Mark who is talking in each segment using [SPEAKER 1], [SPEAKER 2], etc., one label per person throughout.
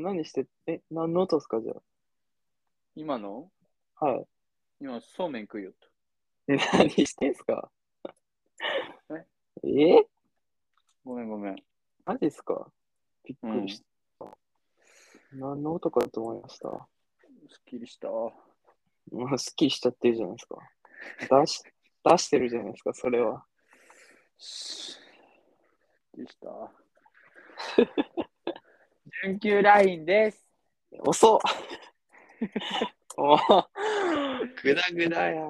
[SPEAKER 1] 何して、え、何の音ですかじゃ
[SPEAKER 2] 今の
[SPEAKER 1] あ。はい。
[SPEAKER 2] 今、そうめん食いよっと。
[SPEAKER 1] え、何してんすか
[SPEAKER 2] え
[SPEAKER 1] え
[SPEAKER 2] ごめんごめん。
[SPEAKER 1] マジっすかびっくりした。何の音かと思いました。
[SPEAKER 2] すっきりした。
[SPEAKER 1] まあ、スッキリしちゃってるじゃないですか。出し、出してるじゃないですか、それは。
[SPEAKER 2] すっきりした。 準急ラインです。
[SPEAKER 1] 遅っおぉ、ぐだぐだや。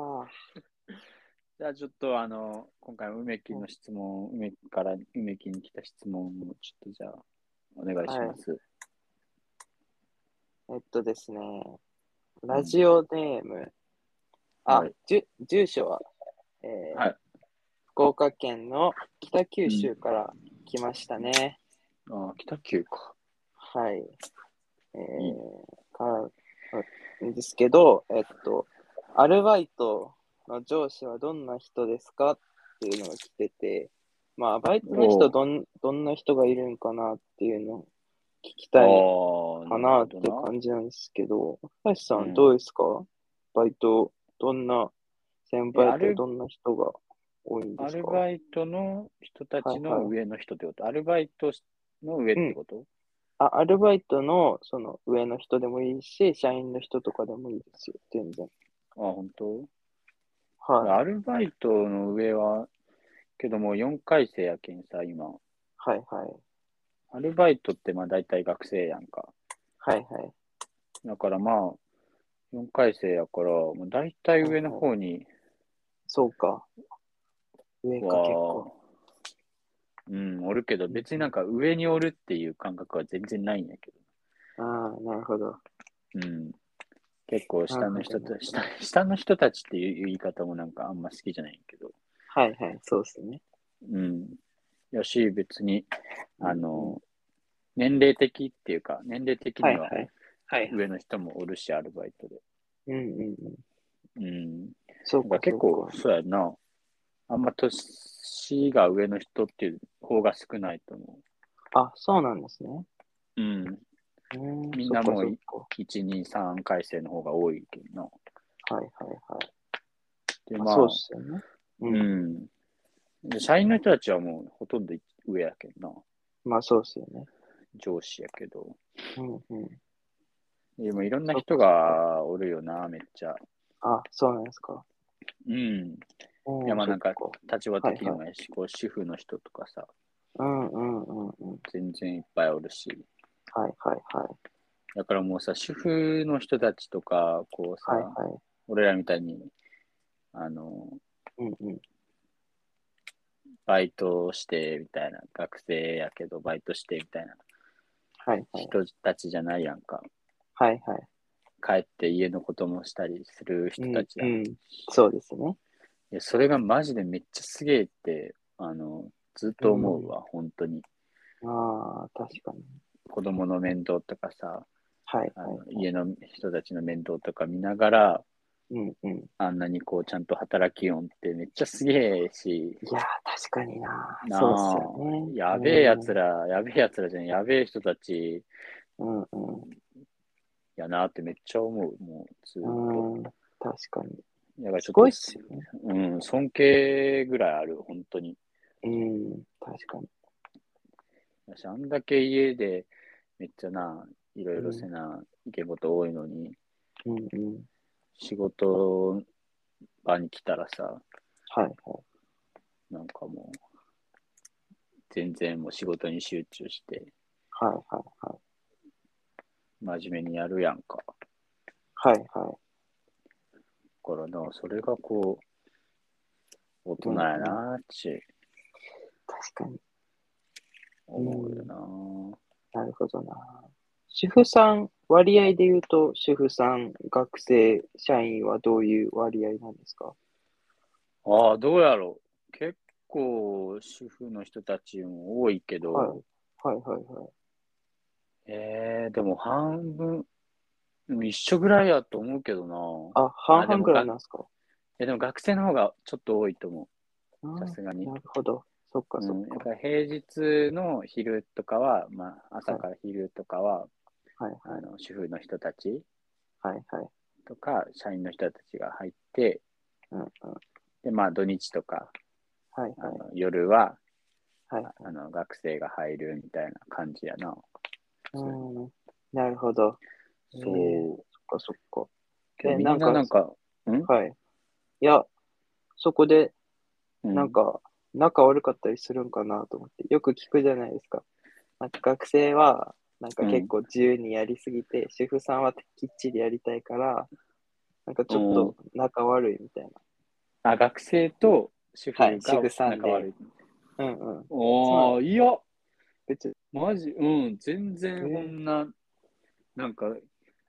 [SPEAKER 2] じゃあちょっとあの、今回梅木の質問、梅木から梅木に来た質問をちょっとじゃあお願いします。
[SPEAKER 1] えっとですね、ラジオネーム、あ、
[SPEAKER 2] はい
[SPEAKER 1] じゅ住所は、えー
[SPEAKER 2] はい
[SPEAKER 1] 福岡県の北九州から来ましたね。
[SPEAKER 2] ああ、北九か。
[SPEAKER 1] はい。え
[SPEAKER 2] い
[SPEAKER 1] ー、
[SPEAKER 2] い
[SPEAKER 1] かあですけど、えっと、アルバイトの上司はどんな人ですかっていうのが来てて、まあ、バイトの
[SPEAKER 2] お
[SPEAKER 1] 人
[SPEAKER 2] う
[SPEAKER 1] どん、どんな人がいるんかなっていうのを聞き
[SPEAKER 2] あ
[SPEAKER 1] たい
[SPEAKER 2] あ、
[SPEAKER 1] かなって
[SPEAKER 2] るほどな
[SPEAKER 1] 感じなんですけど、高橋さ
[SPEAKER 2] うん
[SPEAKER 1] んどうですか、バイト、どんな先輩
[SPEAKER 2] いやア
[SPEAKER 1] と
[SPEAKER 2] ル
[SPEAKER 1] どんな人が多いんで
[SPEAKER 2] ア
[SPEAKER 1] す
[SPEAKER 2] ル
[SPEAKER 1] か
[SPEAKER 2] バイトの人たち
[SPEAKER 1] はいは
[SPEAKER 2] の
[SPEAKER 1] い
[SPEAKER 2] 上の人ってこと、アルバイトの上ってこと、
[SPEAKER 1] あアルバイトのその上の人でもいいし、社員の人とかでもいいですよ、全然。
[SPEAKER 2] ああ、本当
[SPEAKER 1] はい。
[SPEAKER 2] アルバイトの上は、けどもう4回生やけんさ、今。
[SPEAKER 1] はいはい。
[SPEAKER 2] アルバイトってまあ大体学生やんか。
[SPEAKER 1] はいはい。
[SPEAKER 2] だからまあ、4回生やから、もう大体上の方に
[SPEAKER 1] そうか。上か結
[SPEAKER 2] は
[SPEAKER 1] 構。、
[SPEAKER 2] うん、おるけど、別になんか上におるっていう感覚は全然ないんやけ
[SPEAKER 1] ああ、なるほど。
[SPEAKER 2] ど。うん。結構下の人
[SPEAKER 1] な
[SPEAKER 2] た
[SPEAKER 1] る
[SPEAKER 2] ち、下下の人たちっていう言い方もなんかあんま好きじゃないんやけど。
[SPEAKER 1] はいはい、そうですね。
[SPEAKER 2] うん。よし、別に、あの、年齢的っていうか、年齢的
[SPEAKER 1] は
[SPEAKER 2] に
[SPEAKER 1] いは。
[SPEAKER 2] はい
[SPEAKER 1] はい。
[SPEAKER 2] 上の人もおるし、アルバイトで。
[SPEAKER 1] うんうんうん。
[SPEAKER 2] うん。
[SPEAKER 1] そう
[SPEAKER 2] なんか
[SPEAKER 1] か、
[SPEAKER 2] 結構、
[SPEAKER 1] そうか
[SPEAKER 2] そうやな。あんま年が上の人っていう方が少ないと思
[SPEAKER 1] あ、そうなんですね。
[SPEAKER 2] う。うん。
[SPEAKER 1] うん
[SPEAKER 2] みんなもう
[SPEAKER 1] そっかそっ
[SPEAKER 2] 1、2、3回生の方が多いけどな。
[SPEAKER 1] かはいはいはい。
[SPEAKER 2] で、
[SPEAKER 1] あ
[SPEAKER 2] まあ、
[SPEAKER 1] そうっすよね。う。
[SPEAKER 2] うんん。で社員の人たちはもうほとんど上やけどな。
[SPEAKER 1] まあそうっすよね。
[SPEAKER 2] 上司やけど。
[SPEAKER 1] うんうん。
[SPEAKER 2] でもいろんな人がおるよな、めっちゃ。
[SPEAKER 1] あ、そうなんですか。
[SPEAKER 2] うん。
[SPEAKER 1] うん
[SPEAKER 2] いやまあなんか
[SPEAKER 1] そっ
[SPEAKER 2] 立場的にもやし、こう主婦の人とかさ、
[SPEAKER 1] うんうんうんうん。
[SPEAKER 2] 全然いっぱいおるし、
[SPEAKER 1] はいはいはい。
[SPEAKER 2] だからもうさ、主婦の人たちとか、こうさ、
[SPEAKER 1] はいはい。
[SPEAKER 2] 俺らみたいに、あの、
[SPEAKER 1] うんうん。
[SPEAKER 2] バイトしてみたいな、学生やけどバイトしてみたいな
[SPEAKER 1] はいはい。
[SPEAKER 2] 人たちじゃないやんか。
[SPEAKER 1] はいはい。
[SPEAKER 2] 帰って家のこともしたりする人たち
[SPEAKER 1] う
[SPEAKER 2] やん。
[SPEAKER 1] ん
[SPEAKER 2] い
[SPEAKER 1] うん。そうですね。
[SPEAKER 2] やそれがマジでめっちゃすげえって、あの、ずっと思うわ、本当に。
[SPEAKER 1] ああ、確かに。
[SPEAKER 2] 子供の面倒とかさ、
[SPEAKER 1] はい
[SPEAKER 2] あ
[SPEAKER 1] は
[SPEAKER 2] の
[SPEAKER 1] い。
[SPEAKER 2] 家の人たちの面倒とか見ながら、
[SPEAKER 1] うんうん。い
[SPEAKER 2] あんなにこうちゃんと働きよんってめっちゃすげえし、
[SPEAKER 1] やー、確かにな。
[SPEAKER 2] なあ
[SPEAKER 1] そうっすよね。
[SPEAKER 2] やべえやつら、やべえやつらじゃん、やべえ人たち
[SPEAKER 1] うんう
[SPEAKER 2] やなってめっちゃ思う、もうずっ
[SPEAKER 1] ん。
[SPEAKER 2] と。
[SPEAKER 1] うん。確かに。
[SPEAKER 2] やばいち
[SPEAKER 1] す
[SPEAKER 2] ょ
[SPEAKER 1] ごい
[SPEAKER 2] っ
[SPEAKER 1] っすよね。
[SPEAKER 2] と、うん、尊敬ぐらいある、本当に。
[SPEAKER 1] うん。確かに。
[SPEAKER 2] 私、あんだけ家でめっちゃな、いろいろせな、いけこと多いのに、
[SPEAKER 1] うんうん。
[SPEAKER 2] 仕事場に来たらさ、
[SPEAKER 1] はいはい。
[SPEAKER 2] なんかもう、全然もう仕事に集中して、
[SPEAKER 1] はいはいはい。
[SPEAKER 2] 真面目にやるやんか。
[SPEAKER 1] はいはい。
[SPEAKER 2] からな、それがこう、大人やなーって
[SPEAKER 1] 確かに。
[SPEAKER 2] 思うよな、
[SPEAKER 1] なるほどな。主婦さん、割合で言うと、主婦さん、学生、社員はどういう割合なんですか
[SPEAKER 2] ああ、どうやろう。結構、主婦の人たちも多いけど、
[SPEAKER 1] はい。はいはいはい。
[SPEAKER 2] えー、でも半分、でも一緒ぐらいやと思うけどな。
[SPEAKER 1] あ、半々ぐらいなんですか
[SPEAKER 2] えでも学生の方がちょっと多いと思
[SPEAKER 1] うん
[SPEAKER 2] う、さすがに。
[SPEAKER 1] なるほど。そっかそ
[SPEAKER 2] うん、
[SPEAKER 1] っ
[SPEAKER 2] やっ
[SPEAKER 1] か。
[SPEAKER 2] ぱ平日の昼とかは、まあ、朝から昼とかは、
[SPEAKER 1] はい
[SPEAKER 2] あの主婦の人たち
[SPEAKER 1] はいはいはい。
[SPEAKER 2] とか、社員の人たちが入って、
[SPEAKER 1] うんうん。
[SPEAKER 2] で、まあ、土日とか、
[SPEAKER 1] はい
[SPEAKER 2] あ
[SPEAKER 1] はい
[SPEAKER 2] の夜は
[SPEAKER 1] はい。
[SPEAKER 2] あの学生が入るみたいな感じやな。
[SPEAKER 1] うん。なるほど。うん
[SPEAKER 2] そう。
[SPEAKER 1] そっかそっ
[SPEAKER 2] けど
[SPEAKER 1] え
[SPEAKER 2] みん
[SPEAKER 1] な
[SPEAKER 2] な
[SPEAKER 1] んか
[SPEAKER 2] なんか、
[SPEAKER 1] か。はい。いや、そこで、
[SPEAKER 2] う
[SPEAKER 1] なん、か、仲悪かったりするんかなと思って、よく聞くじゃないですか。なんか学生は、なんか結構自由にやりすぎて、主婦さんはきっちりやりたいから、なんかちょっと仲悪いみたい
[SPEAKER 2] あ学生と主婦が
[SPEAKER 1] はい主婦さんで
[SPEAKER 2] 仲悪い。
[SPEAKER 1] な。うんうん。
[SPEAKER 2] おお、いや、
[SPEAKER 1] 別に、
[SPEAKER 2] マジ、うん、全然
[SPEAKER 1] え
[SPEAKER 2] こんな、なんか、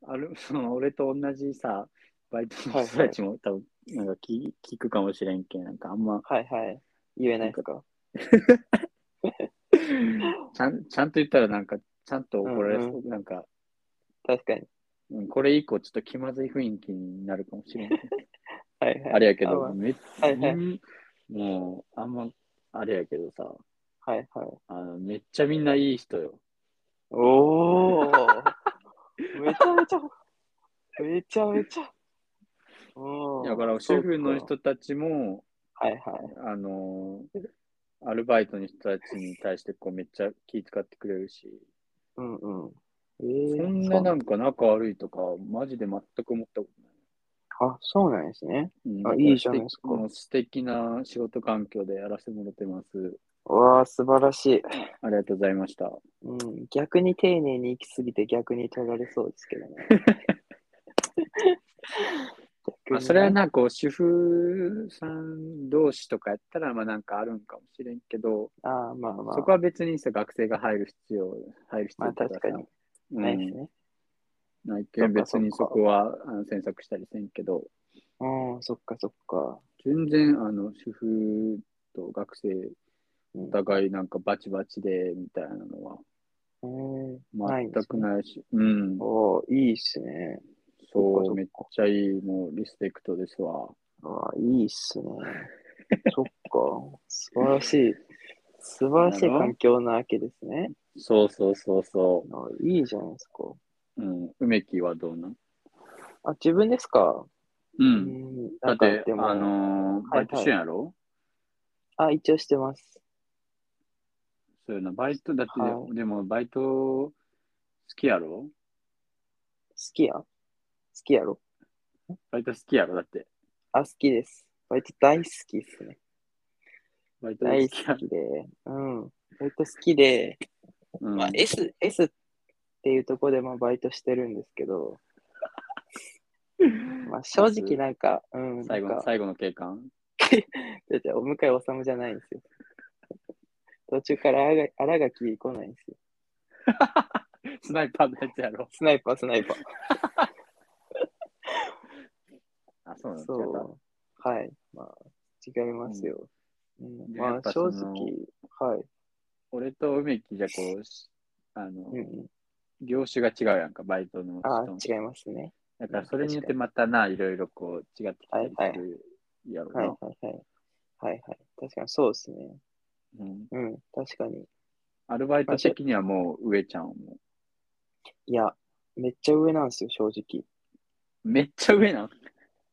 [SPEAKER 2] ある、 その俺と同じさ、バイトの人たちも多分、なんか聞聞くかもしれんけん、なんかあんま、
[SPEAKER 1] はいはい。言えないですか。
[SPEAKER 2] ちゃんちゃんと言ったらなんか、ちゃんと怒られそう、
[SPEAKER 1] う
[SPEAKER 2] なんか、
[SPEAKER 1] 確かに。
[SPEAKER 2] うん、これ以降ちょっと気まずい雰囲気になるかもしれんけん。
[SPEAKER 1] はい はい。
[SPEAKER 2] あれやけ
[SPEAKER 1] あ
[SPEAKER 2] ど
[SPEAKER 1] ま、あ
[SPEAKER 2] めっ
[SPEAKER 1] はいはい
[SPEAKER 2] みんもう、あんま、あれやけどさ、
[SPEAKER 1] はいはい。
[SPEAKER 2] あのめっちゃみんないい人よ。
[SPEAKER 1] おお めちゃめちゃ、めちゃめちゃ。おー
[SPEAKER 2] だから、主婦の、人たちも、
[SPEAKER 1] そうかはいはい。
[SPEAKER 2] あのー、アルバイトの人たちに対してこうめっちゃ気遣ってくれるし、
[SPEAKER 1] うんうん。え
[SPEAKER 2] そ
[SPEAKER 1] ー
[SPEAKER 2] んななんか仲悪いとか、マジで全く思ったこ
[SPEAKER 1] そうあ、そうなんですね。
[SPEAKER 2] と
[SPEAKER 1] あ
[SPEAKER 2] ない。うん
[SPEAKER 1] いいじゃないですか
[SPEAKER 2] もう素敵な仕事環境でやらせてもらってます。
[SPEAKER 1] わあ、素晴らしい。
[SPEAKER 2] ありがとうございました。
[SPEAKER 1] うん、逆に丁寧に行き過ぎて逆に取られそうですけ どね。
[SPEAKER 2] まあ、それはなんかこう主婦さん同士とかやったら、まあなんかあるんかもしれんけど、
[SPEAKER 1] ああー、まあまあ。
[SPEAKER 2] そこは別にさ、学生が入る必要、入る必
[SPEAKER 1] まあ
[SPEAKER 2] 要と
[SPEAKER 1] 確かに。
[SPEAKER 2] うん
[SPEAKER 1] ないですね。
[SPEAKER 2] ないけど別にそこはあの詮索したりせんけど、
[SPEAKER 1] うん、そっかそっか。
[SPEAKER 2] 全然あの主婦と学生
[SPEAKER 1] うん
[SPEAKER 2] お互いなんかバチバチでみたいなのは
[SPEAKER 1] うん、ないんで
[SPEAKER 2] 全
[SPEAKER 1] す
[SPEAKER 2] く
[SPEAKER 1] ね
[SPEAKER 2] ないし、うん、
[SPEAKER 1] おおいいっすね。そっかそ
[SPEAKER 2] そ
[SPEAKER 1] っ
[SPEAKER 2] う、
[SPEAKER 1] か
[SPEAKER 2] めっちゃいい、もうリスペクトですわ。
[SPEAKER 1] ああ、いいっす ね。そっか。素晴らしい。素晴らしい環境なわけですね。
[SPEAKER 2] そうそうそうそ
[SPEAKER 1] あいいじゃないですか。
[SPEAKER 2] う、うん、梅木はどうなん
[SPEAKER 1] あ、自分ですか。
[SPEAKER 2] う、
[SPEAKER 1] うんん。
[SPEAKER 2] だ
[SPEAKER 1] な
[SPEAKER 2] っ
[SPEAKER 1] んか
[SPEAKER 2] て、
[SPEAKER 1] でも
[SPEAKER 2] あ
[SPEAKER 1] は
[SPEAKER 2] のーバ
[SPEAKER 1] い
[SPEAKER 2] イトしてんやろ、
[SPEAKER 1] あ、一応してます。
[SPEAKER 2] そういうの、バイト、だって、
[SPEAKER 1] は
[SPEAKER 2] でもバイト好きやろ
[SPEAKER 1] 好きや好きやろ
[SPEAKER 2] バイト好きやろだって。
[SPEAKER 1] あ、好きです。バイト大好きですね。
[SPEAKER 2] バイト好
[SPEAKER 1] 大
[SPEAKER 2] きや
[SPEAKER 1] 好きで。うん。バイト好きで、
[SPEAKER 2] ろ。うん
[SPEAKER 1] まあ、S、S っていうところでまあバイトしてるんですけど、まあ、正直なんか、うん、な
[SPEAKER 2] 最
[SPEAKER 1] ん
[SPEAKER 2] 後の
[SPEAKER 1] か、
[SPEAKER 2] 最後の警官
[SPEAKER 1] じゃじゃお向かいおさむじゃないんですよ。途中からあらが荒垣来ないんですよ。
[SPEAKER 2] スナイパーのやつやろ
[SPEAKER 1] スナイパー、スナイパー。
[SPEAKER 2] あ、そうなの違った
[SPEAKER 1] そう。はい。まあ、違いますよ。うん
[SPEAKER 2] でや
[SPEAKER 1] ま
[SPEAKER 2] っ
[SPEAKER 1] あ、
[SPEAKER 2] ぱ
[SPEAKER 1] 正
[SPEAKER 2] その
[SPEAKER 1] 直、はい。
[SPEAKER 2] 俺と梅木じゃこうし、あの、
[SPEAKER 1] うんうん、
[SPEAKER 2] 業種が違うやんか、バイトの人
[SPEAKER 1] ああ
[SPEAKER 2] の、
[SPEAKER 1] 違いますね。
[SPEAKER 2] だからそれによってまたな、いろいろこう違ってきたりするやろうな。
[SPEAKER 1] はいはいはい。はいはい。確かにそうですね。
[SPEAKER 2] うん、
[SPEAKER 1] うん、確かに。
[SPEAKER 2] アルバイト的にはもう上ちゃんをも
[SPEAKER 1] いや、めっちゃ上なんですよ、正直。
[SPEAKER 2] うめっちゃ上なん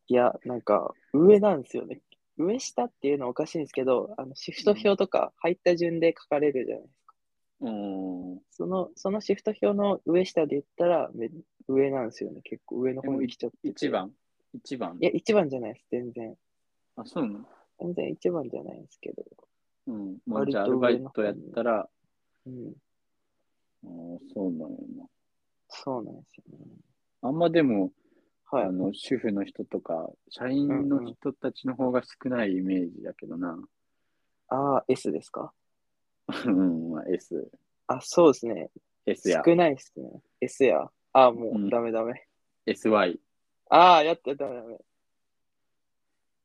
[SPEAKER 1] いや、なんか、上なんですよね。上下っていうのはおかしいんですけど、あのシフト表とか入った順で書かれるじゃないですか。
[SPEAKER 2] うん。
[SPEAKER 1] その、そのシフト表の上下で言ったら、め上なんですよね。結構上の方に来ちゃってて。
[SPEAKER 2] 一。番一番
[SPEAKER 1] いや、一番じゃないです、全然。
[SPEAKER 2] あ、そうなの
[SPEAKER 1] 全然一番じゃないんですけど。
[SPEAKER 2] うん。もうじゃあアル
[SPEAKER 1] 割と上
[SPEAKER 2] バイ
[SPEAKER 1] の方
[SPEAKER 2] ト
[SPEAKER 1] に
[SPEAKER 2] やったら、
[SPEAKER 1] うん、
[SPEAKER 2] うんそうなんやな。
[SPEAKER 1] そうなんですよね。
[SPEAKER 2] あんまでも、
[SPEAKER 1] はい
[SPEAKER 2] あ。の主婦の人とか、社員の人たちの方が少ないイメージだけどな。
[SPEAKER 1] ああ、S ですか
[SPEAKER 2] うん、まあ S、
[SPEAKER 1] あ、そうですね。
[SPEAKER 2] S や
[SPEAKER 1] 少ないですね。S や。ああ、も
[SPEAKER 2] うん
[SPEAKER 1] うダメダメ。
[SPEAKER 2] SY。
[SPEAKER 1] ああ、やった、ダメダメ。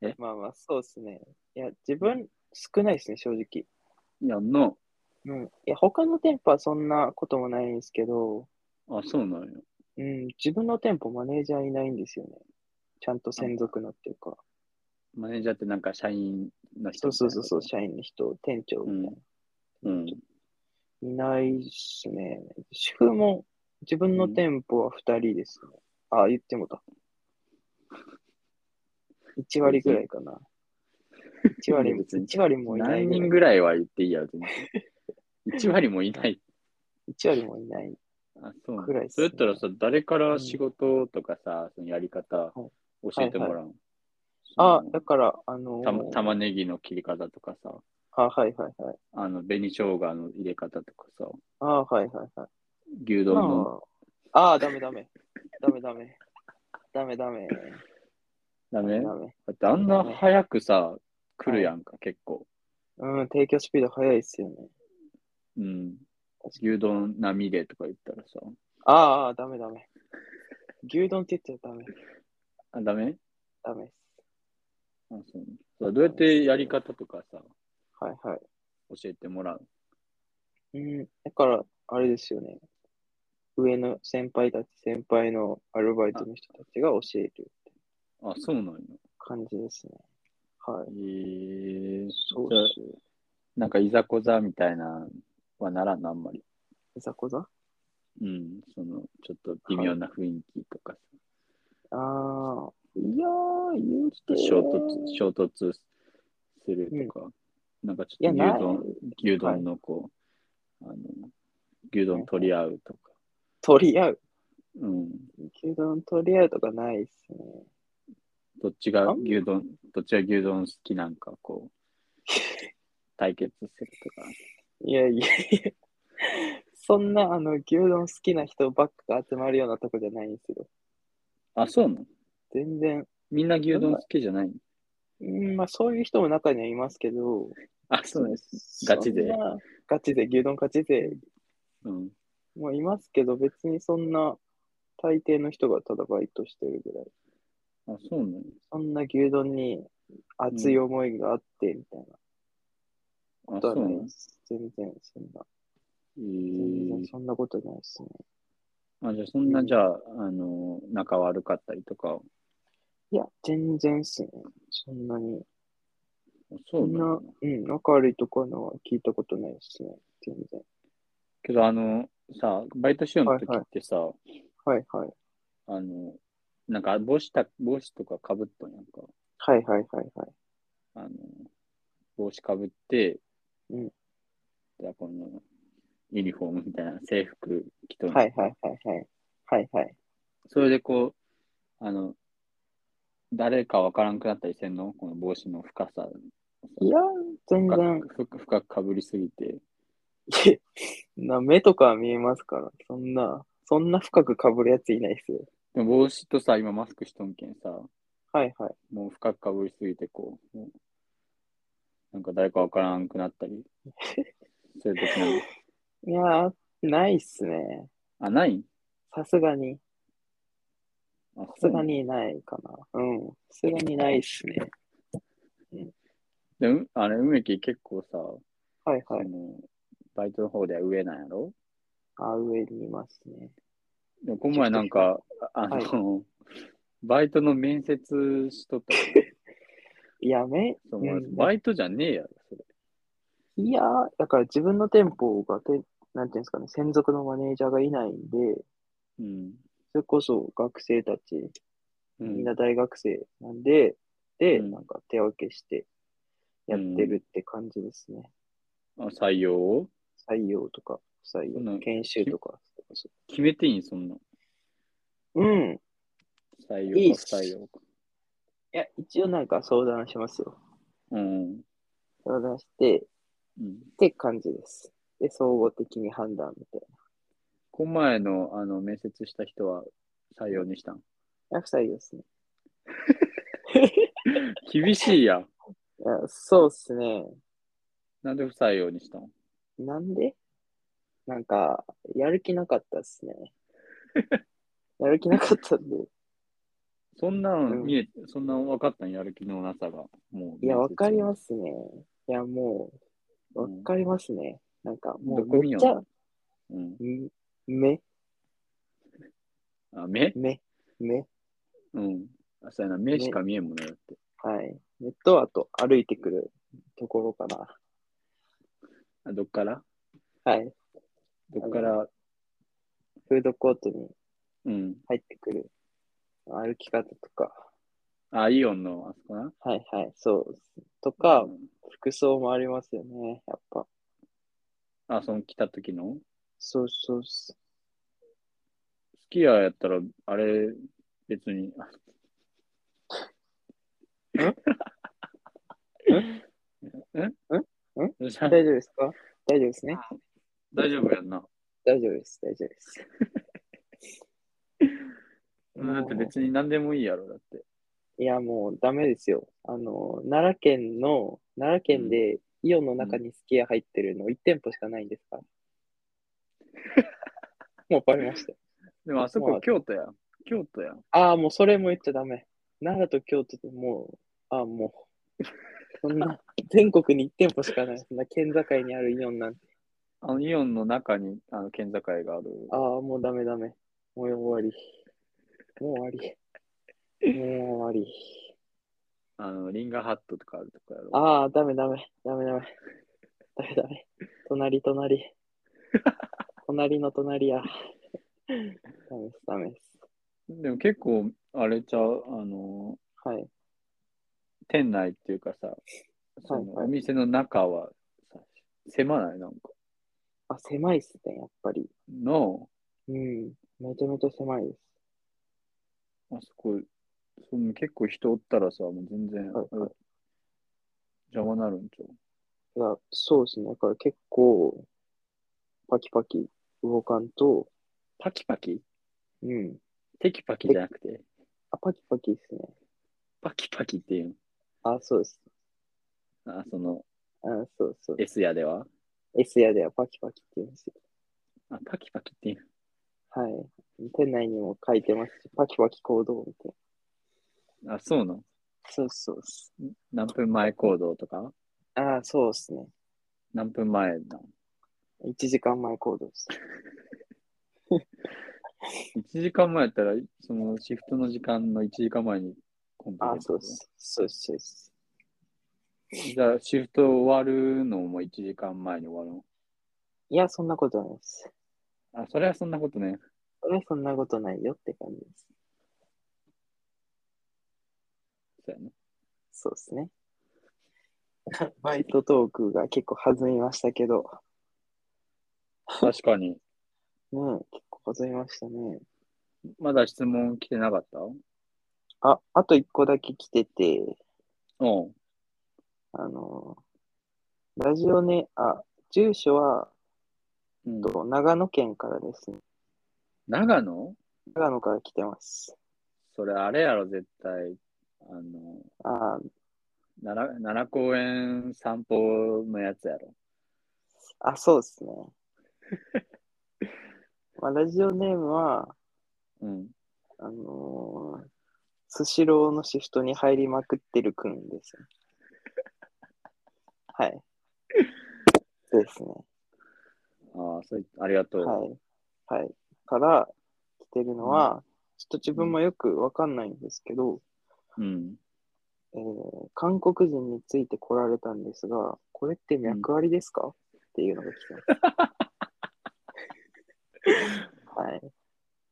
[SPEAKER 2] え
[SPEAKER 1] まあまあ、そうですね。いや、自分、少ないですね、正直。
[SPEAKER 2] やんの。
[SPEAKER 1] うん。いや、他の店舗はそんなこともないんですけど、
[SPEAKER 2] あ、そうなんや。
[SPEAKER 1] うん、自分の店舗、マネージャーいないんですよね。ちゃんと専属のっていうか、
[SPEAKER 2] マネージャーってなんか社員の人
[SPEAKER 1] そうそうそうそう、
[SPEAKER 2] み
[SPEAKER 1] 社員の人、店長
[SPEAKER 2] たいな
[SPEAKER 1] み
[SPEAKER 2] こ
[SPEAKER 1] たい
[SPEAKER 2] と。うん。
[SPEAKER 1] な。いないっすね。主婦も自分の店舗は2人ですね。あ、言ってもた。1割ぐらいかな。1割も、
[SPEAKER 2] 別に
[SPEAKER 1] 1割もいない
[SPEAKER 2] 何
[SPEAKER 1] ぐら
[SPEAKER 2] 人
[SPEAKER 1] い。
[SPEAKER 2] ぐらいは言っていいやろ、全然。1割もいない。
[SPEAKER 1] 1割もいない。
[SPEAKER 2] あ、そうなん
[SPEAKER 1] ぐ
[SPEAKER 2] だ
[SPEAKER 1] らいっす
[SPEAKER 2] そ
[SPEAKER 1] ね
[SPEAKER 2] れやったらさ、誰から仕事とかさ、そのやり方教えてもらう、
[SPEAKER 1] あ
[SPEAKER 2] そ、の
[SPEAKER 1] だから、あのー
[SPEAKER 2] たま玉ねぎの切り方とかさ、
[SPEAKER 1] あ、はいはいはい。
[SPEAKER 2] あの、紅生姜の入れ方とかさ、
[SPEAKER 1] あ、はいはいはい。
[SPEAKER 2] 牛丼の、
[SPEAKER 1] ああ、あーダメダメ。ダメダメ。ダメダメ。
[SPEAKER 2] ダメだ
[SPEAKER 1] ダメ。
[SPEAKER 2] ってあんな早くさ、来るやんか、結構。
[SPEAKER 1] うん、提供スピード速いっすよね。
[SPEAKER 2] うん。牛丼並でとか言ったらさ、
[SPEAKER 1] あーあー、ダメダメ。牛丼って言っちゃダメ。
[SPEAKER 2] あ、ダメ
[SPEAKER 1] ダメっす。
[SPEAKER 2] あそうそうどうやってやり方とかさ、
[SPEAKER 1] はいはい。
[SPEAKER 2] 教えてもらう
[SPEAKER 1] うん、だから、あれですよね。上の先輩たち、先輩のアルバイトの人たちが教える
[SPEAKER 2] あ、そうなんや。
[SPEAKER 1] 感じですね。はい
[SPEAKER 2] え。ー、
[SPEAKER 1] そう
[SPEAKER 2] じゃあ
[SPEAKER 1] っす。
[SPEAKER 2] なんかいざこざみたいなはならんのあんまり。
[SPEAKER 1] いざこざ
[SPEAKER 2] うん、その、ちょっと微妙な雰囲気とかさ、
[SPEAKER 1] ああ、
[SPEAKER 2] いやー、言うて衝突、衝突するとか、なんかちょっ
[SPEAKER 1] い
[SPEAKER 2] と
[SPEAKER 1] や
[SPEAKER 2] 牛丼、牛丼のこう、あの、牛丼取り合うとか、
[SPEAKER 1] 取り合う。
[SPEAKER 2] うん、
[SPEAKER 1] 牛丼取り合うとかないっすね。
[SPEAKER 2] どっちが牛丼、どっちが牛丼好きなんか、こう、対決するとか。
[SPEAKER 1] いやいやいや。そんな、あの、牛丼好きな人ばっか集まるようなとこじゃないんですよ。
[SPEAKER 2] あ、そうなの
[SPEAKER 1] 全然。
[SPEAKER 2] みんな牛丼好きじゃないの
[SPEAKER 1] うん、まあ、そういう人も中にはいますけど。
[SPEAKER 2] あ、そうです。ガチ
[SPEAKER 1] そ
[SPEAKER 2] 勢
[SPEAKER 1] んな。ガチで、牛丼ガチで
[SPEAKER 2] うん。
[SPEAKER 1] もいますけど、別にそんな、大抵の人がただバイトしてるぐらい。
[SPEAKER 2] あ、そうなの
[SPEAKER 1] そんな牛丼に熱い思いがあって、みたいな
[SPEAKER 2] あ、
[SPEAKER 1] こと
[SPEAKER 2] そう
[SPEAKER 1] は
[SPEAKER 2] な
[SPEAKER 1] ない
[SPEAKER 2] の
[SPEAKER 1] です。全然、そんな。
[SPEAKER 2] え
[SPEAKER 1] 全
[SPEAKER 2] ー
[SPEAKER 1] 然、そんなことないですね。
[SPEAKER 2] あ、じゃあそんな、じゃあ、あの、仲悪かったりとか、あ
[SPEAKER 1] いや、全然っすね。そんなに。
[SPEAKER 2] そう
[SPEAKER 1] みん
[SPEAKER 2] な
[SPEAKER 1] な
[SPEAKER 2] の、
[SPEAKER 1] うん、仲悪いとこのは聞いたことないですね。全然。
[SPEAKER 2] けど、あの、さ、バイトしようの時ってさ、
[SPEAKER 1] はいはい。
[SPEAKER 2] あの、なんか帽子た、帽子とかかぶっとんやんか。
[SPEAKER 1] はいはいはいはい。
[SPEAKER 2] あの、帽子かぶって、
[SPEAKER 1] うん
[SPEAKER 2] じゃあこの、ユニフォームみたいな制服着とんやん
[SPEAKER 1] はいはいはいはい。はいはい。
[SPEAKER 2] それでこう、あの、誰かわからんくなったりせんのこの帽子の深さ。
[SPEAKER 1] いや、全
[SPEAKER 2] 深
[SPEAKER 1] 然。
[SPEAKER 2] く深く深くかぶりすぎて。
[SPEAKER 1] な目とかは見えますから、そんな、そんな深くかぶるやついないですよ。
[SPEAKER 2] でも帽子とさ、今マスクしとんけんさ、
[SPEAKER 1] はいはい。
[SPEAKER 2] もう深くかぶりすぎて、こう、もうなんか誰かわからんくなっ たり。そういう時なんか
[SPEAKER 1] いやー、ないっすね。
[SPEAKER 2] あ、ない
[SPEAKER 1] さすがに、
[SPEAKER 2] あ、さ
[SPEAKER 1] さすが。にないかな。うん。さすがにないっすね。
[SPEAKER 2] でも、あれ、梅木結構さ、
[SPEAKER 1] はいは
[SPEAKER 2] あ
[SPEAKER 1] い。
[SPEAKER 2] のバイトの方では上なんやろ
[SPEAKER 1] あ、上にいますね。
[SPEAKER 2] でも、この前なんか、ああの、 バイトの面接しとったよね
[SPEAKER 1] いや、め、
[SPEAKER 2] そうの
[SPEAKER 1] ん
[SPEAKER 2] バイトじゃねえやろ、それ。
[SPEAKER 1] いやー、だから自分の店舗がて、なんていうんですかね、専属のマネージャーがいないんで、
[SPEAKER 2] うん。
[SPEAKER 1] それこそ学生たち、
[SPEAKER 2] う
[SPEAKER 1] みん
[SPEAKER 2] ん
[SPEAKER 1] な大学生なんで、で、
[SPEAKER 2] うん
[SPEAKER 1] なんか手分けしてやってるって感じですね。
[SPEAKER 2] あ採用を
[SPEAKER 1] 採用とか、不採
[SPEAKER 2] そんな
[SPEAKER 1] 用、研修とか。そ
[SPEAKER 2] 決めていいん、そんな。
[SPEAKER 1] ううん。
[SPEAKER 2] 採
[SPEAKER 1] いい
[SPEAKER 2] 用
[SPEAKER 1] っ
[SPEAKER 2] か
[SPEAKER 1] す
[SPEAKER 2] 不採用か。
[SPEAKER 1] いや、一応なんか相談しますよ。
[SPEAKER 2] うん。
[SPEAKER 1] 相談して、っ
[SPEAKER 2] うん。
[SPEAKER 1] て感じです。で、総合的に判断みたい
[SPEAKER 2] この前の、あの、面接した人は採用にしたん。
[SPEAKER 1] な。いや、不採用ですね。
[SPEAKER 2] 厳しいやん。
[SPEAKER 1] いや、そうっすね。
[SPEAKER 2] なんで不採用にしたん
[SPEAKER 1] なんでなんか、やる気なかったっすね。やる気なかったんで。
[SPEAKER 2] そんなの
[SPEAKER 1] うん
[SPEAKER 2] 見え、そんな分かったんやる気のなさが。もう。
[SPEAKER 1] いや、わかり
[SPEAKER 2] す。
[SPEAKER 1] ますね。いや、もう、わかりますね。なんか、も
[SPEAKER 2] ど
[SPEAKER 1] う
[SPEAKER 2] こ
[SPEAKER 1] め
[SPEAKER 2] 見
[SPEAKER 1] っ
[SPEAKER 2] よ
[SPEAKER 1] ちゃ、
[SPEAKER 2] う。うん。
[SPEAKER 1] んめ、
[SPEAKER 2] あ、目
[SPEAKER 1] め、め、
[SPEAKER 2] うん。あ、そうやな。目しか見えんもんな、だって。
[SPEAKER 1] はい。目と、あと、歩いてくるところかな。
[SPEAKER 2] あ、どっから
[SPEAKER 1] はい。
[SPEAKER 2] どっから、
[SPEAKER 1] フードコートに
[SPEAKER 2] うん。
[SPEAKER 1] 入ってくる歩き方とか、
[SPEAKER 2] あ、イオンのあそこな。
[SPEAKER 1] はいはい、そう。とか
[SPEAKER 2] う、ん
[SPEAKER 1] 服装もありますよね、やっぱ。
[SPEAKER 2] あ、その来た時の
[SPEAKER 1] そうそうそう。
[SPEAKER 2] スキヤやったら、あれ、別に。 んん
[SPEAKER 1] ん
[SPEAKER 2] どうした
[SPEAKER 1] 大丈夫ですか大丈夫ですね。
[SPEAKER 2] 大丈夫やんな。
[SPEAKER 1] 大丈夫です、大丈夫です。
[SPEAKER 2] だって別に何でもいいやろ、だって。
[SPEAKER 1] いや、もうダメですよ。あの、奈良県の、奈良県でイオンの中にスキヤ入ってるの1店舗しかないん ですから。もうバレました。
[SPEAKER 2] でもあそ
[SPEAKER 1] ま
[SPEAKER 2] こ
[SPEAKER 1] あ
[SPEAKER 2] 京都やん。京都やん。
[SPEAKER 1] ああ、もうそれも言っちゃダメ。奈良と京都でもう、ああ、もう、そ んな、全国に1店舗しかない。そんな県境にあるイオンなんて。
[SPEAKER 2] あのイオンの中にあの県境がある。
[SPEAKER 1] ああ、もうダメダメ。もう終わり。もう終わり。もう終わり。
[SPEAKER 2] あのリンガーハットとかあるとこやろ。
[SPEAKER 1] ああ、ダメダメ。ダメダメ。ダメダメ。隣隣。隣の隣や。ダメです、ダメです。
[SPEAKER 2] でも結構、あれちゃう、あの、
[SPEAKER 1] はい。
[SPEAKER 2] 店内っていうかさ、その
[SPEAKER 1] はい
[SPEAKER 2] お店の中はさ、狭ないなんか。
[SPEAKER 1] あ、狭いっすね、やっぱり。
[SPEAKER 2] の、
[SPEAKER 1] うん。めちゃめちゃ狭いです。
[SPEAKER 2] あそこ、その結構人おったらさ、もう全然、
[SPEAKER 1] はいはい
[SPEAKER 2] 邪魔なるんちゃう
[SPEAKER 1] いや、そうですね。だから結構、パキパキ動かんと、
[SPEAKER 2] パキパキ
[SPEAKER 1] うん。
[SPEAKER 2] テキパキじゃなくて、
[SPEAKER 1] あ、パキパキですね。
[SPEAKER 2] パキパキっていう
[SPEAKER 1] あ、そうです。
[SPEAKER 2] のあ、その、
[SPEAKER 1] あ、そうそう。
[SPEAKER 2] S やでは
[SPEAKER 1] S やではパキパキって言うんですよ。
[SPEAKER 2] あ、パキパキっていう。
[SPEAKER 1] はい。店内にも書いてますし、パキパキ行動みたいな。
[SPEAKER 2] あ、そうなん
[SPEAKER 1] そうそうっす。
[SPEAKER 2] 何分前行動とか
[SPEAKER 1] ああ、そうですね。
[SPEAKER 2] 何分前なん
[SPEAKER 1] 1時間前行動です。
[SPEAKER 2] ?1 時間前やったら、そのシフトの時間の1時間前にコンビニ
[SPEAKER 1] あ
[SPEAKER 2] 入
[SPEAKER 1] あ、
[SPEAKER 2] れ
[SPEAKER 1] そう
[SPEAKER 2] と
[SPEAKER 1] っ
[SPEAKER 2] く
[SPEAKER 1] す。そうっす、そうっす。
[SPEAKER 2] じゃあ、シフト終わるのも1時間前に終わる
[SPEAKER 1] いや、そんなことないです。
[SPEAKER 2] のあ、それはそんなことね。
[SPEAKER 1] それはそんなことないよって感じです。
[SPEAKER 2] そう やね。
[SPEAKER 1] そうです ね。バイトトークが結構弾みましたけど、
[SPEAKER 2] 確かに。
[SPEAKER 1] ねえ、結構弾みましたね。
[SPEAKER 2] まだ質問来てなかったう
[SPEAKER 1] あ、あと一個だけ来てて、
[SPEAKER 2] ん。
[SPEAKER 1] あの、ラジオね、あ、住所は、
[SPEAKER 2] うん
[SPEAKER 1] と長野県からですね。
[SPEAKER 2] 長野
[SPEAKER 1] 長野から来てます。
[SPEAKER 2] それあれやろ、絶対。あの、
[SPEAKER 1] あ
[SPEAKER 2] 奈良奈良公園散歩のやつやろ。
[SPEAKER 1] あ、そうですね。まあ、ラジオネームは、
[SPEAKER 2] うん。
[SPEAKER 1] あのースシローのシフトに入りまくってるくんですよ。はい。そうですね。
[SPEAKER 2] ああ、それ、ありがとう。
[SPEAKER 1] はい。はい。から来てるのは、ちょっと自分もよくわかんないんですけど、
[SPEAKER 2] うん。
[SPEAKER 1] えー韓国人について来られたんですが、これって脈ありですか、っていうのが来てます。 はい。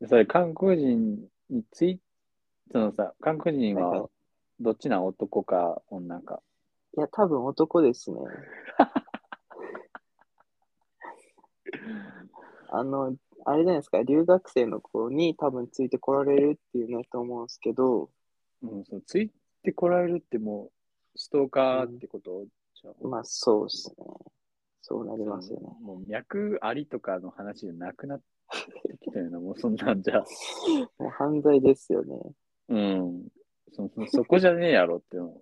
[SPEAKER 2] それ、韓国人につい、そのさ、韓国人
[SPEAKER 1] はいは、
[SPEAKER 2] はいどっちなん男か女か。
[SPEAKER 1] いや、多分男ですね。あの、あれじゃないですか、留学生の子に多分ついて来られるっていうのやと思うんですけど、
[SPEAKER 2] うん、そうついてこられるってもう、ストーカーってこと、じゃあ
[SPEAKER 1] まあそうですね。そうなりますよね。
[SPEAKER 2] もう脈ありとかの話じゃなくなってきてるの、もうそんなんじゃ。
[SPEAKER 1] もう犯罪ですよね。
[SPEAKER 2] うん。そそそこじゃねえやろっての。